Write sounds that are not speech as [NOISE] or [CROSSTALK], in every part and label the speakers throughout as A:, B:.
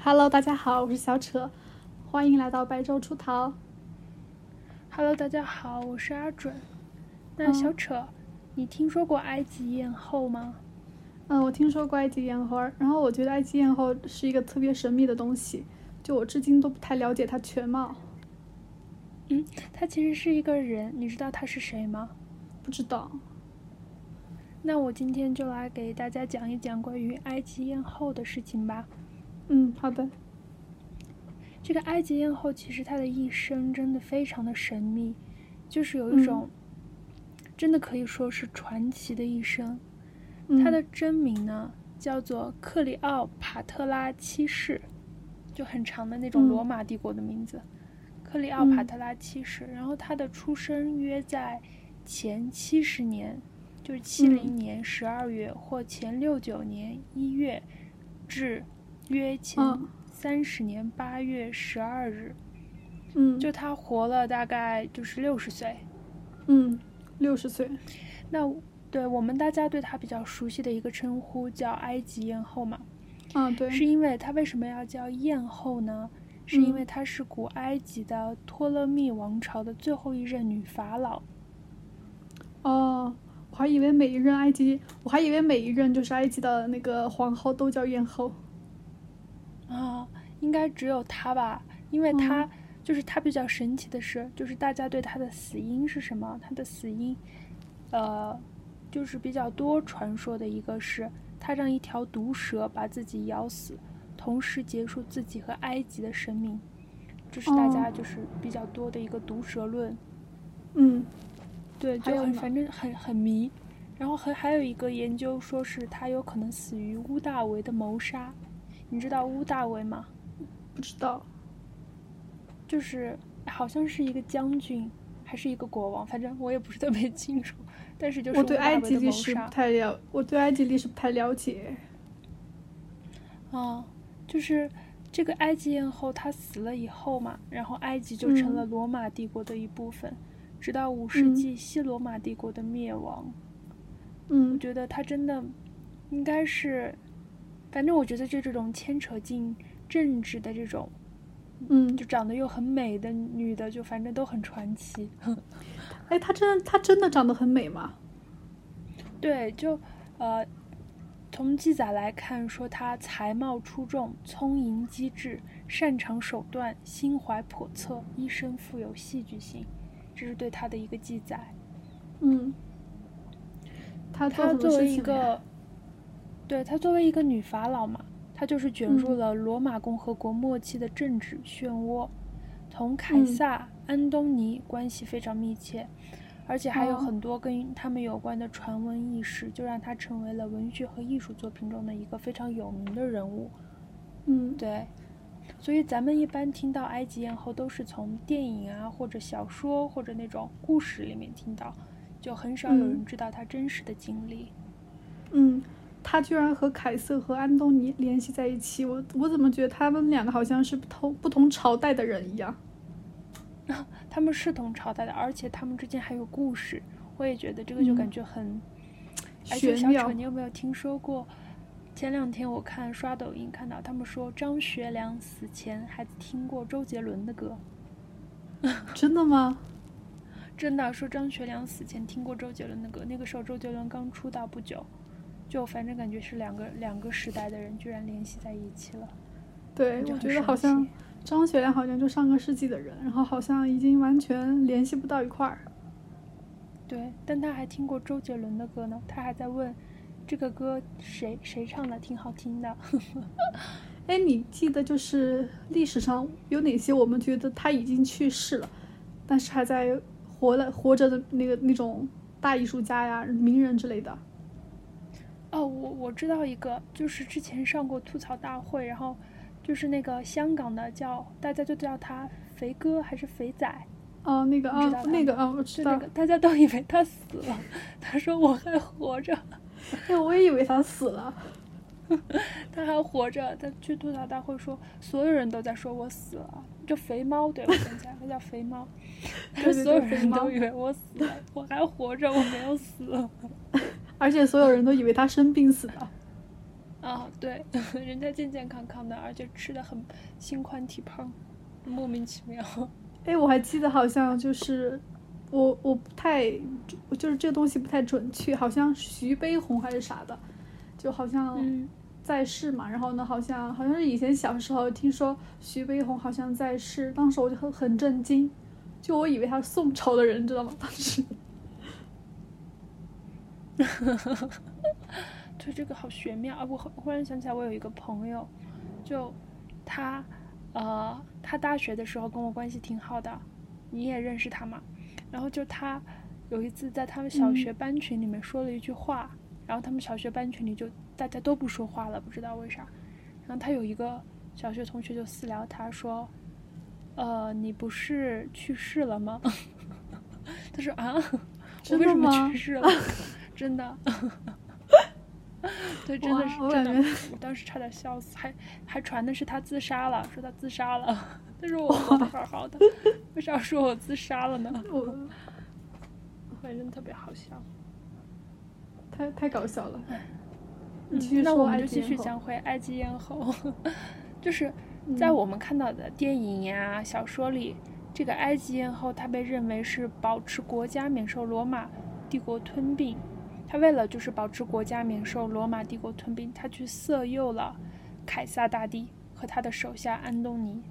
A: Hello，大家好，我是小扯，欢迎来到白昼出逃。
B: Hello，大家好，我是阿准。那
A: 嗯
B: 小扯，你听说过埃及艳后吗？
A: 嗯，我听说过埃及艳后，然后我觉得埃及艳后是一个特别神秘的东西，就我至今都不太了解它全貌，
B: 她其实是一个人，你知道她是谁吗？
A: 不知道。
B: 那我今天就来给大家讲一讲关于埃及艳后的事情吧。
A: 嗯，好的。
B: 这个埃及艳后其实她的一生真的非常的神秘，就是有一种、真的可以说是传奇的一生。
A: 嗯、
B: 她的真名呢叫做克里奥帕特拉七世，就很长的那种
A: 嗯
B: 罗马帝国的名字，克里奥帕
A: 嗯
B: 特拉七世。然后她的出生约在前七十年，就是七
A: 嗯
B: 零年十二月、或前六九年一月，至约前
A: 嗯
B: 三十年八月十二日。
A: 嗯
B: 就她活了大概就是六十岁。
A: 嗯六十岁。
B: 那对我们大家对她比较熟悉的一个称呼叫埃及艳后嘛。
A: 啊，对，
B: 是因为它为什么要叫艳后呢？是因为
A: 嗯
B: 她是古埃及的托勒密王朝的最后一任女法老。
A: 哦，我还以为每一任埃及，我还以为每一任就是埃及的那个皇后都叫艳后。
B: 啊，应该只有她吧，因为她、
A: 哦
B: 就是她比较神奇的是，就是大家对她的死因是什么？她的死因，呃，就是比较多传说的一个是，她让一条毒蛇把自己咬死，同时结束自己和埃及的生命。这是大
A: 哦
B: 家就是比较多的一个毒蛇论。
A: 嗯
B: 对，
A: 还
B: 就
A: 有
B: 很
A: 呢
B: 反正很很迷。然后还还有一个研究说是他有可能死于乌大维的谋杀，你知道乌大维吗？
A: 不知道。
B: 就是好像是一个将军，还是一个国王，反正我也不是特别清楚。但是就是
A: 我
B: 乌
A: 对
B: 大
A: 埃
B: 维
A: 及
B: 的谋
A: 历史
B: 杀
A: 不太了，我对埃及历史不太了解。
B: 啊，就是这个埃及艳后她死了以后嘛，然后埃及就成
A: 嗯
B: 了罗马帝国的一部分，直到五
A: 嗯
B: 世纪西罗马帝国的灭亡。
A: 嗯
B: 我觉得他真的应该是，反正我觉得就这种牵扯进政治的这种，
A: 嗯
B: 就，长得又很美的女的，就反正都很传奇。
A: 哎，她真的她真的长得很美吗？
B: 对，就呃，从记载来看，说她才貌出众，聪颖机智，擅长手段，心怀叵测，一生富有戏剧性，这是对她的一个记载。
A: 嗯，她做
B: 她
A: 什么
B: 作为
A: 事
B: 一
A: 情了呀？
B: 个，对她作为一个女法老嘛，她就是卷入
A: 嗯
B: 了罗马共和国末期的政治漩涡，同凯
A: 嗯
B: 撒、安东尼关系非常密切，而且还有
A: 哦
B: 很多跟他们有关的传闻轶事，就让她成为了文学和艺术作品中的一个非常有名的人物。
A: 嗯，
B: 对，所以咱们一般听到埃及艳后都是从电影啊，或者小说，或者那种故事里面听到，就很少有
A: 嗯
B: 人知道她真实的经历。
A: 嗯，她居然和凯瑟和安东尼联系在一起，我我怎么觉得他们两个好像是不同不同朝代的人一样？
B: 他们是同朝代的，而且他们之间还有故事。我也觉得这个
A: 嗯
B: 就感觉很，而且
A: 玄
B: 小
A: 妙
B: 扯，你。有没有听说过？前两天我看刷抖音看到他们说张学良死前还听过周杰伦的歌，
A: 真的吗？
B: 真的啊说张学良死前听过周杰伦的歌，那个时候周杰伦刚出道不久，就反正感觉是两个两个时代的人居然联系在一起了，
A: 对，哎
B: 就
A: 我
B: 很
A: 觉得
B: 神
A: 好像
B: 奇
A: 张学良好像就上个世纪的人，然后好像已经完全联系不到一块儿。
B: 对，但他还听过周杰伦的歌呢，他还在问这个歌谁谁唱的挺好听的。
A: 哎，你记得就是历史上有哪些我们觉得他已经去世了，但是还在活了活着的那个那种大艺术家呀、名人之类的？
B: 哦，我我知道一个，就是之前上过吐槽大会，然后就是那个香港的叫大家就叫他肥哥还是肥仔，
A: 哦，那个
B: 你
A: 啊
B: 知道，他
A: 那个
B: 吗
A: 啊，我知
B: 就
A: 道
B: 那。个大家都以为他死了， [LAUGHS] 他说我还活着，
A: 哎，我也以为他死了。
B: 他还活着，他去吐槽大会说所有人都在说我死了，就肥猫对我想起来，他叫肥猫，他说
A: [LAUGHS] 对对
B: 所有
A: 对肥
B: 人
A: 猫
B: 都以为我死了，我还活着，我没有死。
A: 而且所有人都以为他生病死的。
B: 啊、 [LAUGHS] 啊，对， [LAUGHS] 人家健健康康的，而且吃的很心宽体胖，莫名其妙。
A: 哎，我还记得好像就是我我不太就是这个东西不太准确，好像徐悲鸿还是啥的，就好像
B: 嗯
A: 在世嘛。然后呢，好像好像是以前小时候听说徐悲鸿好像在世，当时我就很很震惊，就我以为他是宋朝的人，知道吗？当时
B: [LAUGHS] 对，这个好玄妙啊！我忽忽然想起来，我有一个朋友，就他，呃，他大学的时候跟我关系挺好的，你也认识他嘛。然后就他有一次在他们小学班群里面说了一句话，然后他们小学班群里就大家都不说话了，不知道为啥。然后他有一个小学同学就私聊他说：“呃，你不是去世了吗？” [LAUGHS] 他说：“啊，我
A: 真
B: 为
A: 的
B: 什么
A: 吗
B: 去世了？ [LAUGHS] 真的。”对，真的
A: 哇
B: 是
A: 我
B: 真的
A: 感觉，
B: 我当时差点笑死，还还传的是他自杀了，说他自杀了， [LAUGHS] 但是我活得好好的，为啥说我自杀了呢？ [LAUGHS]
A: 我
B: 反正特别好笑。
A: 太太搞笑了。你
B: 嗯
A: 继续
B: 那
A: 说
B: 我们
A: 埃
B: 就
A: 及
B: 继
A: 艳
B: 续
A: 后
B: 讲回埃及艳后， [LAUGHS] 就是在我们看到的电影呀、小说里，这个埃及艳后她被认为是保持国家免受罗马帝国吞并，她为了就是保持国家免受罗马帝国吞并，她去色诱了凯撒大帝和他的手下安东尼。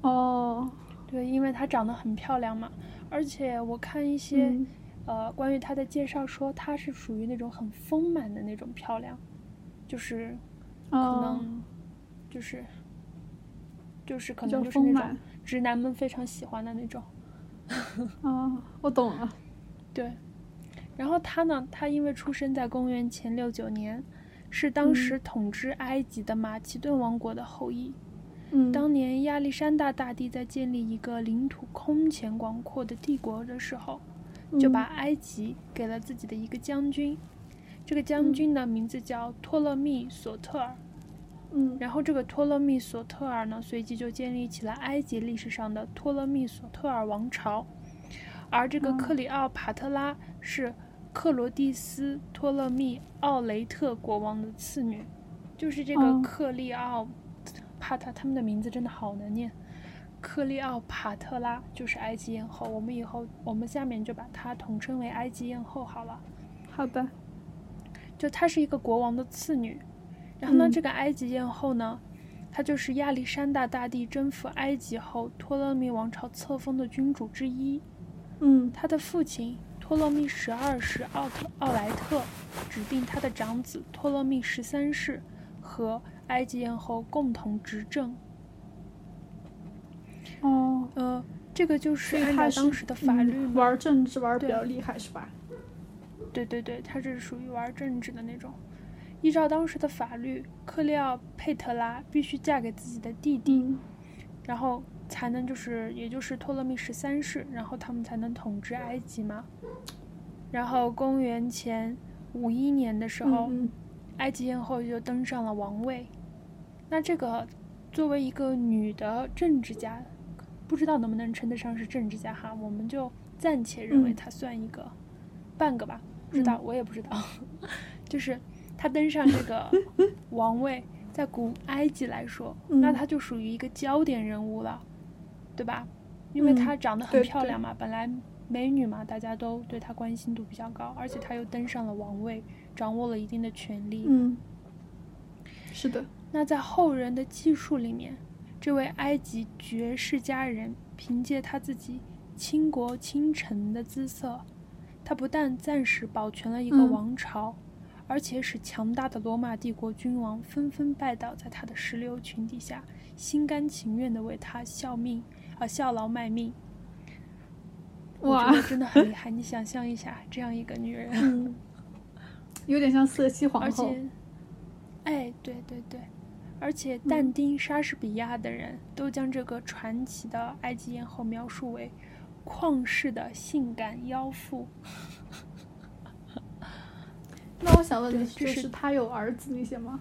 A: 哦，
B: 对，因为她长得很漂亮嘛，而且我看一些、
A: 嗯
B: 呃关于她的介绍说，她是属于那种很丰满的那种漂亮，就是可
A: 哦，
B: 能就是就是可
A: 比较
B: 能就是
A: 丰
B: 那
A: 满
B: 种直男们非常喜欢的那种。
A: 哦，我懂了。
B: 对，然后她呢，她因为出生在公元前六九年，是当时统治埃及的马其顿王国的后裔。
A: 嗯，
B: 当年亚历山大大帝在建立一个领土空前广阔的帝国的时候，
A: 嗯
B: 就把埃及给了自己的一个将军。这个将军的名字叫托勒密·索特尔，
A: 嗯
B: 然后这个托勒密·索特尔呢，随即就建立起了埃及历史上的托勒密·索特尔王朝，而这个
A: 嗯
B: 克里奥帕特拉是克罗蒂斯·托勒密·奥雷特国王的次女，就是这个
A: 嗯
B: 克利奥帕特，他们的名字真的好难念。克利奥帕特拉就是埃及艳后，我们以后我们下面就把她统称为埃及艳后好了。
A: 好的，
B: 就她是一个国王的次女。然后呢，
A: 嗯
B: 这个埃及艳后呢，她就是亚历山大大帝征服埃及后托勒密王朝册封的君主之一。
A: 嗯
B: 她的父亲托勒密十二世奥特奥莱特指定他的长子托勒密十三世和埃及艳后共同执政。
A: 哦，
B: 呃，这个就是
A: 所以
B: 按
A: 他
B: 照
A: 是
B: 当时的法
A: 嗯
B: 律嘛
A: 玩政治玩得比
B: 对
A: 较厉害是吧？
B: 对对对，他是属于玩政治的那种。依照当时的法律，克利奥佩特拉必须嫁给自己的弟弟，
A: 嗯
B: 然后才能就是也就是托勒密十三世，然后他们才能统治埃及嘛。然后公元前五一年的时候，
A: 嗯
B: 埃及艳后就登上了王位。那这个作为一个女的政治家，不知道能不能称得上是政治家哈，我们就暂且认为
A: 嗯
B: 她算一个、半个吧，不知
A: 嗯
B: 道、我也不知道。 [LAUGHS] 就是她登上这
A: [LAUGHS]
B: 个王位，在古埃及来说，
A: 嗯
B: 那她就属于一个焦点人物了，对吧？因为
A: 嗯
B: 她长得很
A: 对
B: 漂
A: 对
B: 亮嘛，本来美女嘛，大家都对她关心度比较高，而且她又登上了王位，掌握了一定的权利。
A: 嗯，是的，
B: 那在后人的记述里面，这位埃及绝世佳人凭借她自己倾国倾城的姿色，她不但暂时保全了一个
A: 嗯
B: 王朝，而且使强大的罗马帝国君王纷纷拜倒在她的石榴裙底下，心甘情愿地为她效命啊、效劳卖命。我觉
A: 哇
B: 得，真的很厉害，你想象一下这样一个女人。
A: 嗯，有点像瑟西皇
B: 而
A: 后
B: 且，，哎，对对对，而
A: 嗯
B: 且但丁、莎士比亚的人都将这个传奇的埃及艳后描述为旷世的性感妖妇。
A: 那我想问
B: 对
A: 的就
B: 这
A: 是是他有儿子那些吗？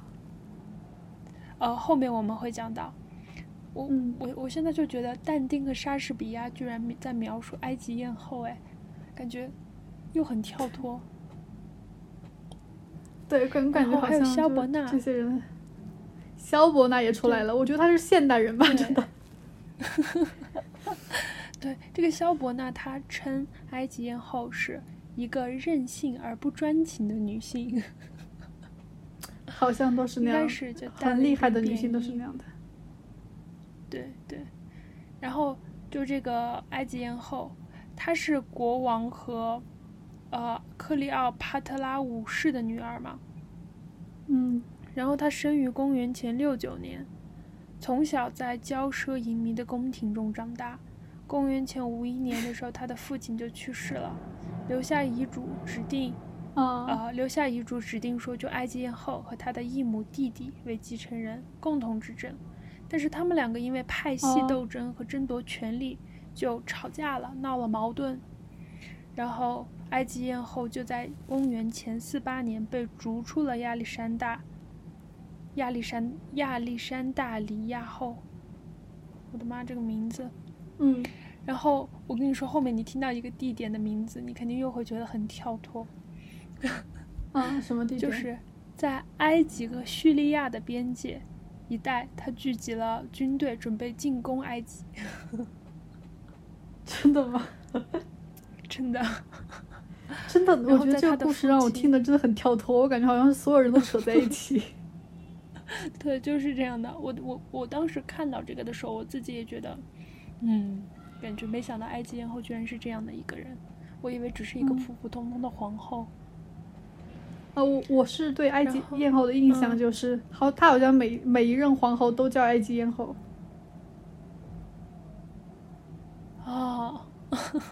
B: 呃，后面我们会讲到。我、
A: 嗯
B: 我我现在就觉得但丁和莎士比亚居然在描述埃及艳后，哎，感觉又很跳脱。
A: 对，感感觉好
B: 还有
A: 像
B: 萧
A: 就
B: 伯纳
A: 这些人，萧伯纳也出来了，我觉得他是现代人吧，
B: 对
A: 真的。
B: 对， [LAUGHS] 这个萧伯纳他称埃及艳后是一个任性而不专情的女性，
A: 好像都是
B: 应
A: 那
B: 该
A: 样，
B: 是就带了
A: 很
B: 一
A: 厉害
B: 点
A: 的女
B: 贬
A: 性都是
B: 义
A: 那样的。
B: 对对，然后就这个埃及艳后，她是国王和呃克利奥帕特拉五世的女儿嘛。
A: 嗯，
B: 然后她生于公元前六九年，从小在骄奢淫靡的宫廷中长大。公元前五一年的时候，她的父亲就去世了，留下遗嘱指定
A: 啊，
B: 呃，留下遗嘱指定说，就埃及艳后和她的异母弟弟为继承人，共同执政。但是他们两个因为派系
A: 哦
B: 斗争和争夺权力就吵架了，闹了矛盾。然后埃及艳后就在公元前四八年被逐出了亚历山大，亚历山亚历山大里亚后。我的妈，这个名字！
A: 嗯，
B: 然后我跟你说，后面你听到一个地点的名字，你肯定又会觉得很跳脱。
A: 啊，什么地点？
B: 就是在埃及和叙利亚的边界一带，他聚集了军队，准备进攻埃及。 [LAUGHS]
A: 真的吗？
B: 真的， [LAUGHS]
A: 真的，
B: 然
A: 我觉
B: 后
A: 得
B: 在
A: 这
B: 他
A: 个
B: 的
A: 故
B: 父
A: 事让我
B: 亲
A: 听的真的很跳脱，我感觉好像是所有人都扯在一
B: [LAUGHS]
A: 起。
B: 对，就是这样的。我我我当时看到这个的时候，我自己也觉得，嗯，感觉没想到埃及艳后居然是这样的一个人，我以为只是一个
A: 嗯
B: 普普通通的皇后。
A: 啊，我我是对埃
B: 然
A: 及
B: 后
A: 艳后的印象
B: 嗯
A: 就是，好，她好像每每一任皇后都叫埃及艳后。
B: 哦，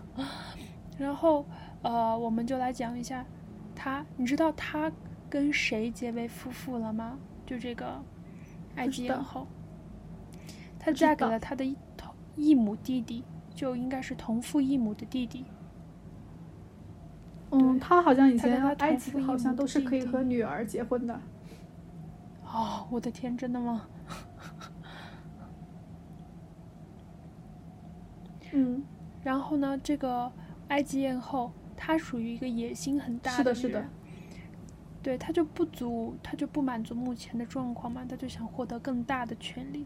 B: [LAUGHS] 然后呃，我们就来讲一下他，你知道他跟谁结为夫妇了吗？就这个埃
A: 不
B: 及
A: 知
B: 艳
A: 道
B: 后，她
A: 不知
B: 嫁给
A: 道
B: 了他的一同异母弟弟，就应该是同父异母的弟弟。
A: 嗯，
B: 对
A: 她好像以
B: 她跟
A: 前
B: 她
A: 埃
B: 同
A: 及
B: 父异
A: 好像
B: 母
A: 都
B: 的
A: 是
B: 弟
A: 可以
B: 弟
A: 和女儿结婚的。
B: 哦，我的天，真的吗？
A: 嗯，
B: 然后呢，这个埃及艳后她属于一个野心很大
A: 是的
B: 女
A: 是的
B: 人，对，她就不足，她就不满足目前的状况嘛，她就想获得更大的权利。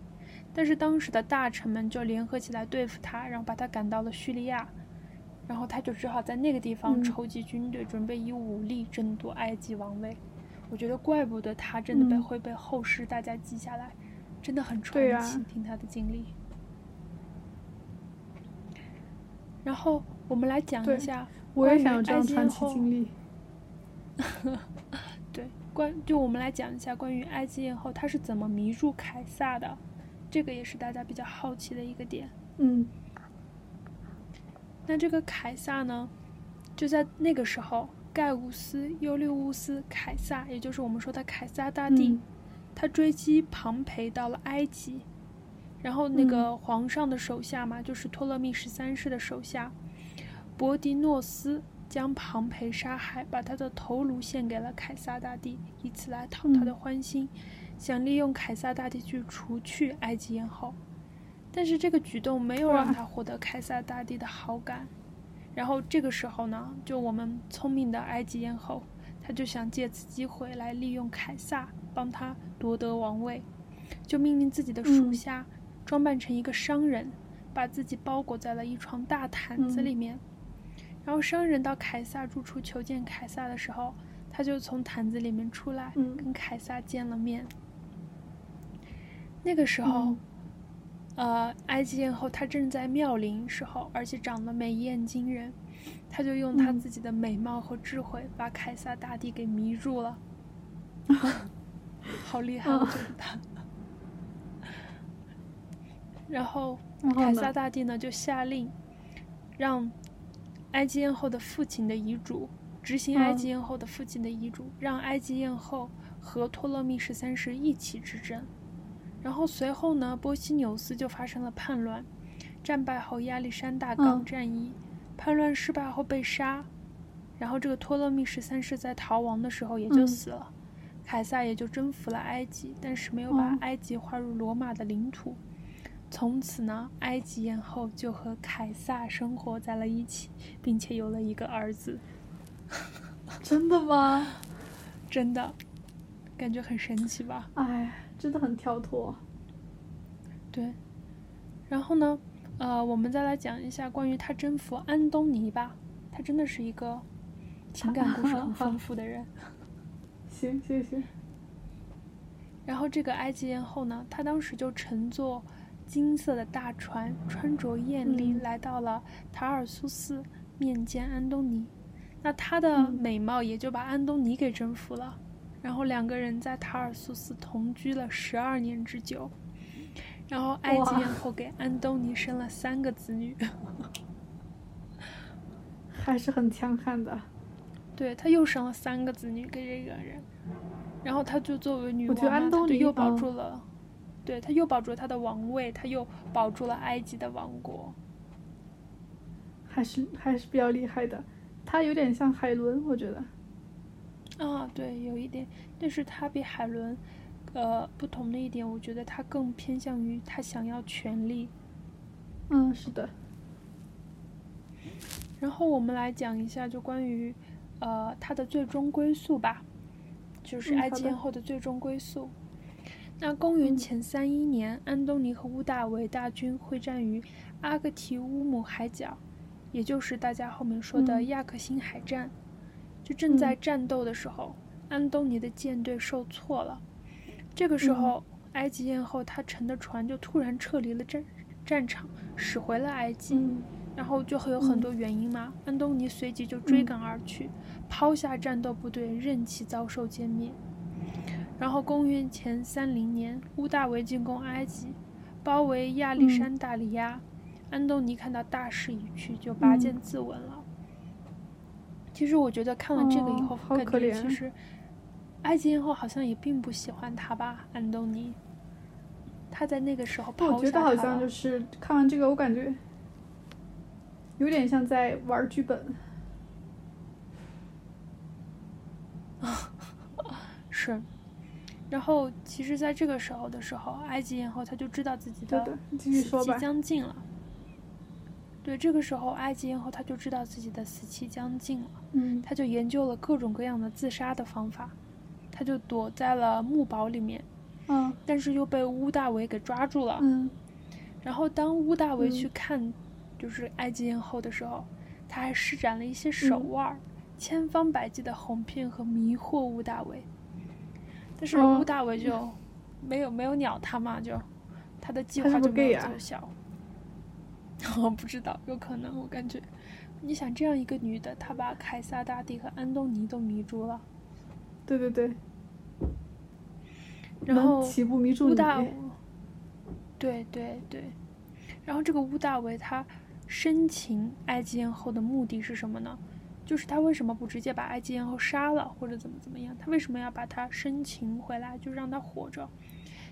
B: 但是当时的大臣们就联合起来对付她，然后把她赶到了叙利亚，然后她就只好在那个地方
A: 嗯
B: 筹集军队，准备以武力争夺埃及王位。我觉得怪不得她真的被
A: 嗯
B: 会被后世大家记下来，真的很传
A: 对啊
B: 奇，听她的经历。然后我们来讲
A: 对
B: 一下
A: 我也
B: 关于
A: 想有这
B: 埃
A: 样
B: 及
A: 传
B: 艳
A: 奇
B: 后
A: 经历。
B: [LAUGHS] 对，关就我们来讲一下关于埃及艳后她是怎么迷住凯撒的，这个也是大家比较好奇的一个点。
A: 嗯
B: 那这个凯撒呢，就在那个时候，盖乌斯、尤利乌斯、凯撒，也就是我们说的凯撒大帝，
A: 嗯
B: 他追击庞培到了埃及，然后
A: 嗯
B: 那个皇上的手下嘛，就是托勒密十三世的手下，伯迪诺斯将庞培杀害，把他的头颅献给了凯撒大帝，以此来讨他
A: 嗯
B: 的欢心，想利用凯撒大帝去除去埃及艳后。但是这个举动没有
A: 哇
B: 让他获得凯撒大帝的好感，然后这个时候呢，就我们聪明的埃及艳后，她就想借此机会来利用凯撒帮她夺得王位，就命令自己的属
A: 嗯
B: 下装扮成一个商人，把自己包裹在了一床大毯子
A: 嗯
B: 里面。然后商人到凯撒住处求见凯撒的时候，他就从毯子里面出来，
A: 嗯
B: 跟凯撒见了面。那个时候，
A: 嗯
B: 呃，埃及艳后她正在妙龄时候，而且长得美艳惊人，她就用她
A: 嗯
B: 自己的美貌和智慧把凯撒大帝给迷住了，好厉害，
A: 嗯
B: 我觉得她。然后，
A: 然后
B: 凯
A: 呢
B: 撒大帝呢就下令，让埃及艳后的父亲的遗嘱执行埃
A: 嗯
B: 及艳后的父亲的遗嘱，让埃及艳后和托勒密十三世一起执政。然后随后呢，波西纽斯就发生了叛乱，战败后亚历山大港
A: 嗯
B: 战役，叛乱失败后被杀，然后这个托勒密十三世在逃亡的时候也就
A: 嗯
B: 死了，凯撒也就征服了埃及，但是没有把
A: 哦
B: 埃及划入罗马的领土。从此呢，埃及艳后就和凯撒生活在了一起，并且有了一个儿子。
A: 真的吗？
B: 真的，感觉很神奇吧？
A: 哎，真的很跳脱。
B: 对，然后呢，呃，我们再来讲一下关于他征服安东尼吧。他真的是一个情感故事很丰富的人。
A: [LAUGHS] 行行行。
B: 然后这个埃及艳后呢，她当时就乘坐金色的大船，穿着艳丽，
A: 嗯
B: 来到了塔尔苏斯，面见安东尼。那她的
A: 嗯
B: 美貌也就把安东尼给征服了。然后两个人在塔尔苏斯同居了十二年之久。然后埃及
A: 哇
B: 艳后给安东尼生了三个子女。
A: 还是很强悍的。
B: 对，她又生了三个子女给这个人，然后她就作为女
A: 我
B: 王
A: 觉得
B: 嘛，
A: 安
B: 她
A: 东
B: 就
A: 尼
B: 又保
A: 嗯
B: 住了，对，她又保住了她的王位，她又保住了埃及的王国。
A: 还是还是比较厉害的。他有点像海伦，我觉得。
B: 啊，对，有一点，但是她比海伦，呃，不同的一点，我觉得她更偏向于她想要权力。
A: 嗯，是的。
B: 然后我们来讲一下，就关于，呃，她的最终归宿吧，就是
A: 嗯
B: 埃
A: 好
B: 及
A: 的
B: 艳后的最终归宿。那公元
A: 嗯
B: 前三一年，安东尼和乌大维大军会战于阿克提乌姆海角，也就是大家后面说的
A: 嗯
B: 亚克星海战。就正在
A: 嗯
B: 战斗的时候，安东尼的舰队受挫了。这个时
A: 嗯
B: 候，埃及艳后她乘的船就突然撤离了战战场，驶回了埃及。
A: 嗯
B: 然后就会有很多原因嘛。安东尼随即就
A: 嗯
B: 追赶而去，抛下战斗部队，任其遭受歼灭。然后公元前三零年，乌大维进攻埃及，包围亚
A: 嗯
B: 历山大里亚。安东尼看到大势已去，就拔
A: 嗯
B: 剑自刎了。其实我觉得看了这个以
A: 哦
B: 后，
A: 好
B: 感
A: 可
B: 觉
A: 怜
B: 其实埃及艳后好像也并不喜欢他吧，安东尼。他在那个时候抛下
A: 我觉得
B: 他
A: 好像
B: 了
A: 就是看完这个，我感觉有点像在玩剧本。
B: 是。然后，其实，在这个时候的时候，埃及艳后她就知道自己
A: 对
B: 的
A: 的，你继续
B: 死
A: 说
B: 期
A: 吧。
B: 将近了。对，这个时候，埃及艳后她就知道自己的死期将近了，
A: 嗯
B: 她就研究了各种各样的自杀的方法，她就躲在了木堡里面，
A: 嗯
B: 但是又被乌大维给抓住了。
A: 嗯
B: 然后，当乌大维
A: 嗯
B: 去看就是埃及艳后的时候，他还施展了一些手
A: 嗯
B: 腕儿，千方百计的哄骗和迷惑乌大维。但是
A: 哦
B: 乌大维就没有没有鸟他嘛，就他的计
A: 他是
B: 划
A: 不
B: 就是没
A: gay
B: 有
A: 啊
B: 奏效。 [LAUGHS] 我不知道，有可能，我感觉，你想这样一个女的，她把凯撒大帝和安东尼都迷住了，
A: 对对对。
B: 然
A: 能
B: 后
A: 岂不迷住
B: 乌
A: 你？
B: 大维，对对对，然后这个乌大维他深情埃及艳后的目的是什么呢？就是他为什么不直接把埃及艳后杀了，或者怎么怎么样？他为什么要把她深情回来，就让她活着？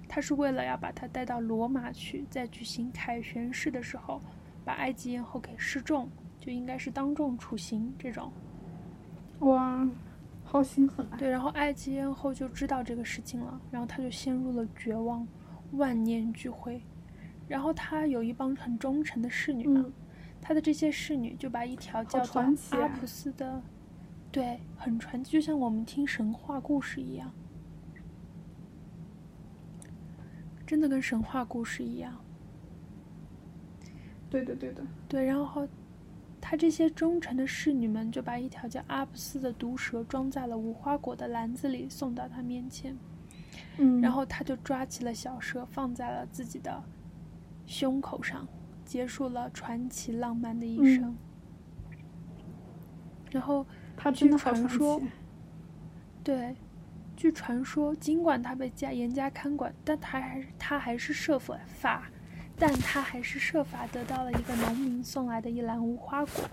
B: 他是为了要把她带到罗马去，在举行凯旋式的时候，把埃及艳后给示众，就应该是当众处刑这种。
A: 哇，好心狠啊！
B: 对，然后埃及艳后就知道这个事情了，然后她就陷入了绝望，万念俱灰。然后她有一帮很忠诚的侍女嘛，
A: 嗯
B: 她的这些侍女就把一条叫做
A: 传奇
B: 阿
A: 啊
B: 普斯的，对，很传奇，就像我们听神话故事一样，真的跟神话故事一样。
A: 对的对的。
B: 对，然后他这些忠诚的侍女们就把一条叫阿普斯的毒蛇装在了无花果的篮子里，送到他面前。
A: 嗯。
B: 然后他就抓起了小蛇，放在了自己的胸口上，结束了传奇浪漫的一
A: 嗯
B: 生。然后，
A: 他真的
B: 据
A: 好
B: 传
A: 传
B: 说
A: 奇。
B: 对，据传说，尽管他被加严加看管，但他还是他还是设法，但他还是设法得到了一个农民送来的一篮无花果，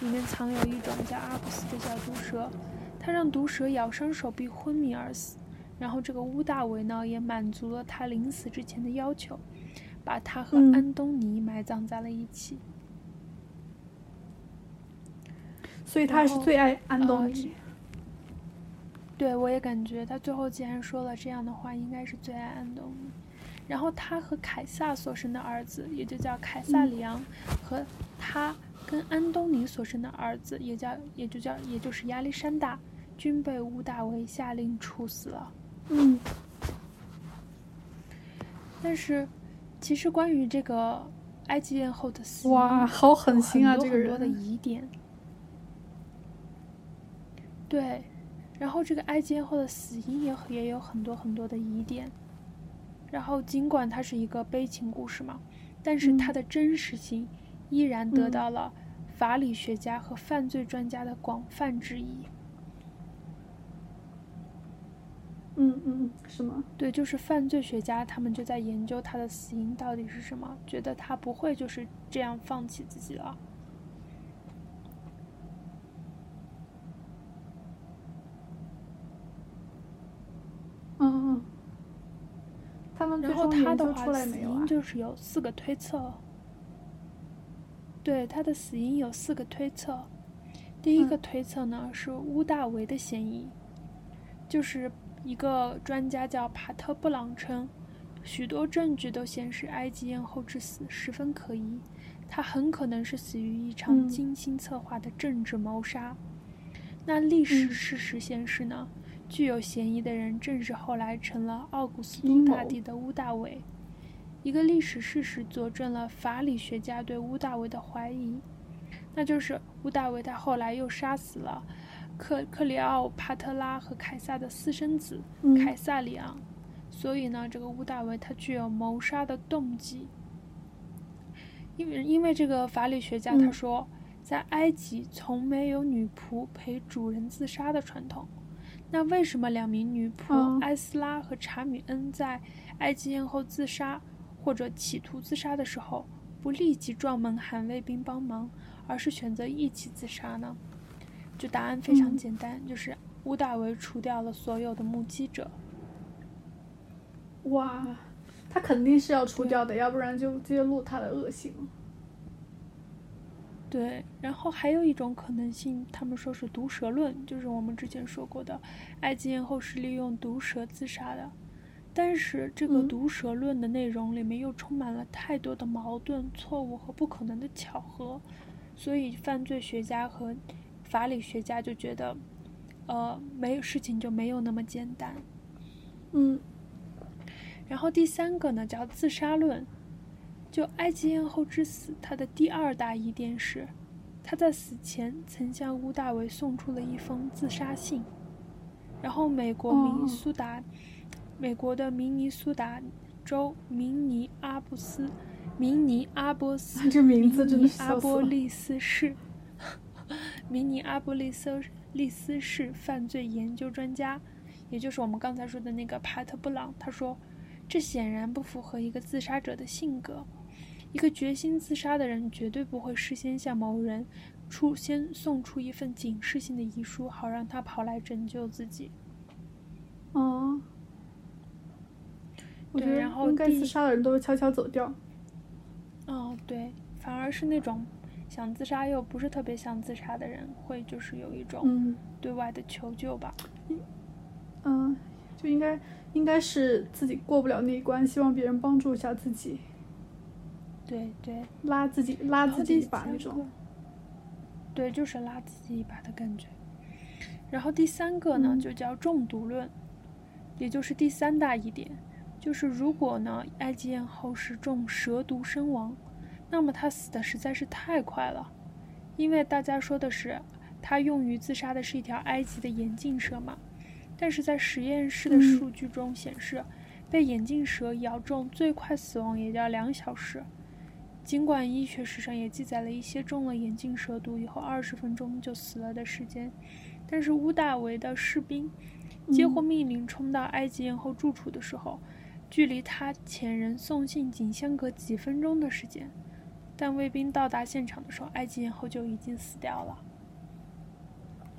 B: 里面藏有一种叫阿普斯的小毒蛇，他让毒蛇咬伤手臂昏迷而死。然后这个乌大维呢，也满足了他临死之前的要求，把他和
A: 嗯
B: 安东尼埋葬在了一起。
A: 所以他还
B: 然
A: 是
B: 后
A: 最爱安东
B: 呃
A: 尼。
B: 对，我也感觉他最后既然说了这样的话，应该是最爱安东尼。然后他和凯撒所生的儿子，也就叫凯撒里昂，和他跟安东尼所生的儿子，也叫也就叫也就是亚历山大，均被吴大维下令处死了。
A: 嗯
B: 但是，其实关于这个埃及艳后的死因，
A: 哇，好
B: 有
A: 狠心啊！
B: 嗯很多
A: 这个
B: 很多的
A: 人，
B: 疑点。对，然后这个埃及艳后的死因也很也有很多很多的疑点。然后，尽管它是一个悲情故事嘛，但是它
A: 嗯
B: 的真实性依然得
A: 嗯
B: 到了法理学家和犯罪专家的广泛质疑。
A: 嗯嗯，是吗？
B: 对，就是犯罪学家他们就在研究他的死因到底是什么，觉得他不会就是这样放弃自己了。
A: 嗯嗯。他们最
B: 然后
A: 终
B: 他
A: 研
B: 的
A: 究
B: 话
A: 出，来
B: 死
A: 没有啊
B: 因？就是有四个推测。对，他的死因有四个推测。第一
A: 嗯
B: 个推测呢、是乌大维的嫌疑，就是一个专家叫帕特布朗称，许多证据都显示埃及艳后之死十分可疑，她很可能是死于一场
A: 嗯
B: 精心策划的政治谋杀。那历史
A: 嗯
B: 事实显示呢，具有嫌疑的人正是后来成了奥古斯都
A: 阴
B: 大
A: 谋
B: 帝的乌大维。一个历史事实佐证了法理学家对乌大维的怀疑，那就是乌大维他后来又杀死了克克里奥帕特拉和凯撒的私生子
A: 嗯
B: 凯撒里昂，所以呢，这个乌大维他具有谋杀的动机。因为因为这个法理学家他
A: 嗯
B: 说，在埃及从没有女仆陪主人自杀的传统。那为什么两名女仆、
A: 哦
B: 埃斯拉和查米恩在埃及艳后自杀或者企图自杀的时候，不立即撞门喊卫兵帮忙，而是选择一起自杀呢？就答案非常
A: 嗯
B: 简单，就是乌大维除掉了所有的目击者。
A: 哇，他肯定是要除
B: 对
A: 掉的，要不然就揭露他的恶行。
B: 对，然后还有一种可能性，他们说是毒蛇论，就是我们之前说过的，埃及艳后是利用毒蛇自杀的。但是这个
A: 嗯
B: 毒蛇论的内容里面又充满了太多的矛盾、错误和不可能的巧合，所以犯罪学家和法理学家就觉得，呃，没有事情就没有那么简单。
A: 嗯
B: 然后第三个呢叫自杀论，就埃及艳后之死，她的第二大疑点是，她在死前曾向乌大维送出了一封自杀信，然后美国明尼
A: 哦，
B: 苏达，美国的明尼苏达州明尼阿布斯，明尼阿波
A: [LAUGHS] [LAUGHS]
B: 斯
A: 这名字真的是
B: 明尼阿
A: 笑死
B: 波
A: 了
B: 利斯市， [LAUGHS] 明尼阿波利斯利斯市犯罪研究专家，也就是我们刚才说的那个帕特布朗，他说，这显然不符合一个自杀者的性格。一个决心自杀的人绝对不会事先向某人出先送出一份警示性的遗书，好让他跑来拯救自己。
A: 哦，我觉
B: 对然后
A: 得应该
B: 第
A: 自杀的人都会悄悄走掉。
B: 哦，对，反而是那种想自杀又不是特别想自杀的人，会就是有一种
A: 嗯
B: 对外的求救吧。
A: 嗯，就应该应该是自己过不了那一关，希望别人帮助一下自己，
B: 对对，
A: 拉自己拉
B: 然后
A: 自
B: 第
A: 己一把
B: 三
A: 那
B: 个
A: 种。。
B: 对，就是拉自己一把的感觉。然后第三个呢，
A: 嗯
B: 就叫中毒论，也就是第三大疑点，就是如果呢埃及艳后是中蛇毒身亡，那么她死的实在是太快了，因为大家说的是她用于自杀的是一条埃及的眼镜蛇嘛，但是在实验室的
A: 嗯
B: 数据中显示，被眼镜蛇咬中最快死亡也要两小时。尽管医学史上也记载了一些中了眼镜蛇毒以后二十分钟就死了的时间，但是乌大维的士兵接获
A: 嗯
B: 命令冲到埃及艳后住处的时候，距离他遣人送信仅相隔几分钟的时间。但卫兵到达现场的时候，埃及艳后就已经死掉了。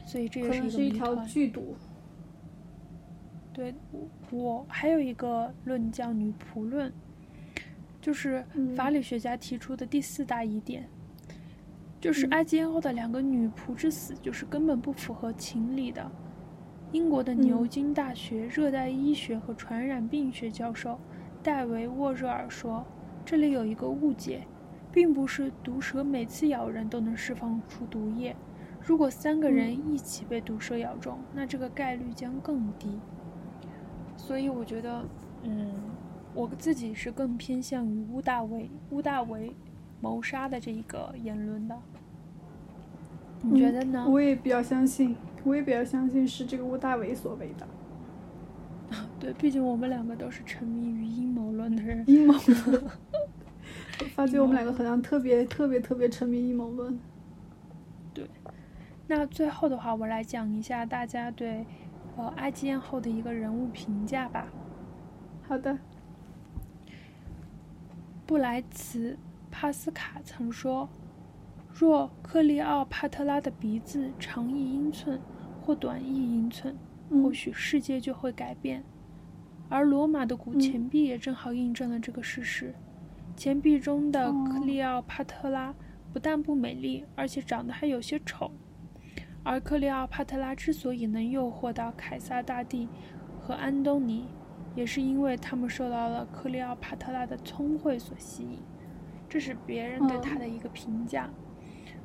B: 所以这也
A: 可能
B: 一个
A: 是一
B: 谜
A: 条
B: 团。
A: 剧毒。
B: 对，我还有一个论叫女仆论，就是
A: 嗯
B: 法理学家提出的第四大疑点，就是
A: 嗯
B: 埃及艳后的两个女仆之死就是根本不符合情理的。英国的牛
A: 嗯
B: 津大学热带医学和传染病学教授戴维·沃热尔说：“这里有一个误解，并不是毒蛇每次咬人都能释放出毒液，如果三个人
A: 嗯
B: 一起被毒蛇咬中，那这个概率将更低。所以我觉得，嗯，我自己是更偏向于乌大维乌大维谋杀的这一个言论的。你觉得呢？
A: 嗯我也比较相信，我也比较相信是这个吴大维所为的
B: 对，毕竟我们两个都是沉迷于阴谋论的人。
A: 阴谋论。我 [LAUGHS] 发觉我们两个好像特别特别特别沉迷阴谋论。
B: 那最后的话，我来讲一下大家对呃埃及艳后的一个人物评价吧。
A: 好的，
B: 布莱茨帕斯卡曾说：“若克利奥帕特拉的鼻子长一英寸或短一英寸，
A: 嗯
B: 或许世界就会改变。而罗马的
A: 嗯
B: 古钱币也正好印证了这个事实。钱币中的
A: 哦
B: 克利奥帕特拉不但不美丽，而且长得还有些丑。而克利奥帕特拉之所以能诱惑到凯撒大帝和安东尼，也是因为他们受到了克利奥帕特拉的聪慧所吸引。这是别人对
A: 嗯
B: 他的一个评价。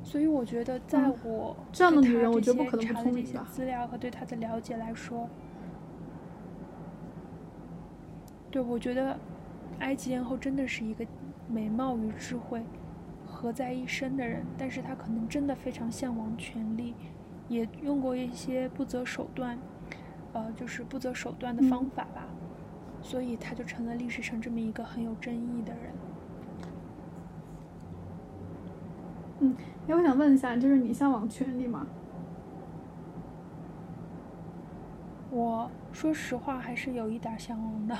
B: 所以我觉得，在
A: 嗯
B: 我
A: 这样的
B: 对
A: 女
B: 她
A: 人我
B: 这
A: 觉得不
B: 些
A: 可能不
B: 查了
A: 聪
B: 这
A: 明
B: 些
A: 吧
B: 资料和对她的了解来说，对我觉得埃及艳后真的是一个美貌与智慧合在一身的人，但是她可能真的非常向往权力，也用过一些不择手段，呃，就是不择手段的
A: 嗯
B: 方法吧，所以她就成了历史上这么一个很有争议的人。
A: 哎，我想问一下，就是你向往权力吗？
B: 我说实话还是有一点儿向往的。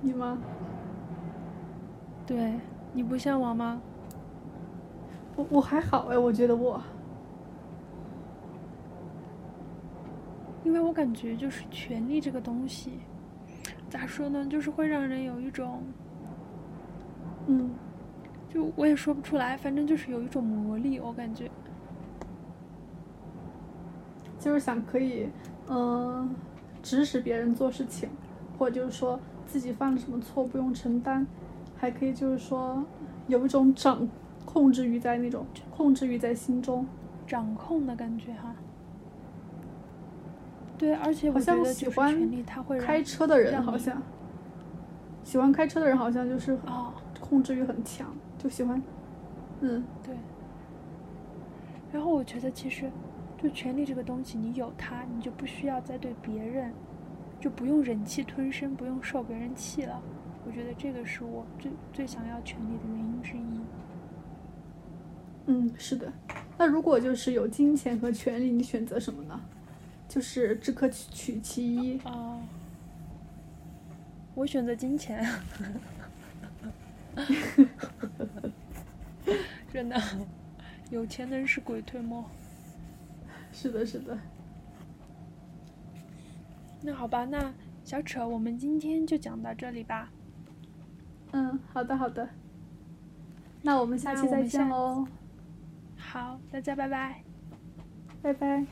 A: 你吗？
B: 对，你不向往吗？
A: 我我还好哎，我觉得我，
B: 因为我感觉就是权力这个东西，咋说呢，就是会让人有一种，
A: 嗯，
B: 就我也说不出来，反正就是有一种魔力，我感觉。
A: 就是想可以，嗯、指使别人做事情，或者就是说自己犯了什么错不用承担，还可以就是说有一种掌控制欲在那种控制欲在心中，
B: 掌控的感觉哈。对，而且我
A: 好
B: 觉
A: 像
B: 得
A: 喜
B: 就是
A: 欢
B: 权力，它会让
A: 开车的人
B: 让
A: 好
B: 你
A: 像喜欢开车的人好像就是
B: 哦，
A: 控制欲很强，就喜欢，嗯，
B: 对。然后我觉得其实，就权力这个东西，你有它，你就不需要再对别人，就不用忍气吞声，不用受别人气了。我觉得这个是我最最想要权力的原因之一。
A: 嗯，是的。那如果就是有金钱和权利，你选择什么呢？就是只可取取其一。
B: 啊、我选择金钱。 [LAUGHS] 真的，有钱能使鬼推磨。
A: 是的，是的。
B: 那好吧，那小扯，我们今天就讲到这里吧。
A: 嗯，好的，好的。那我们下期再见喽，
B: 好，大家拜拜。
A: 拜拜。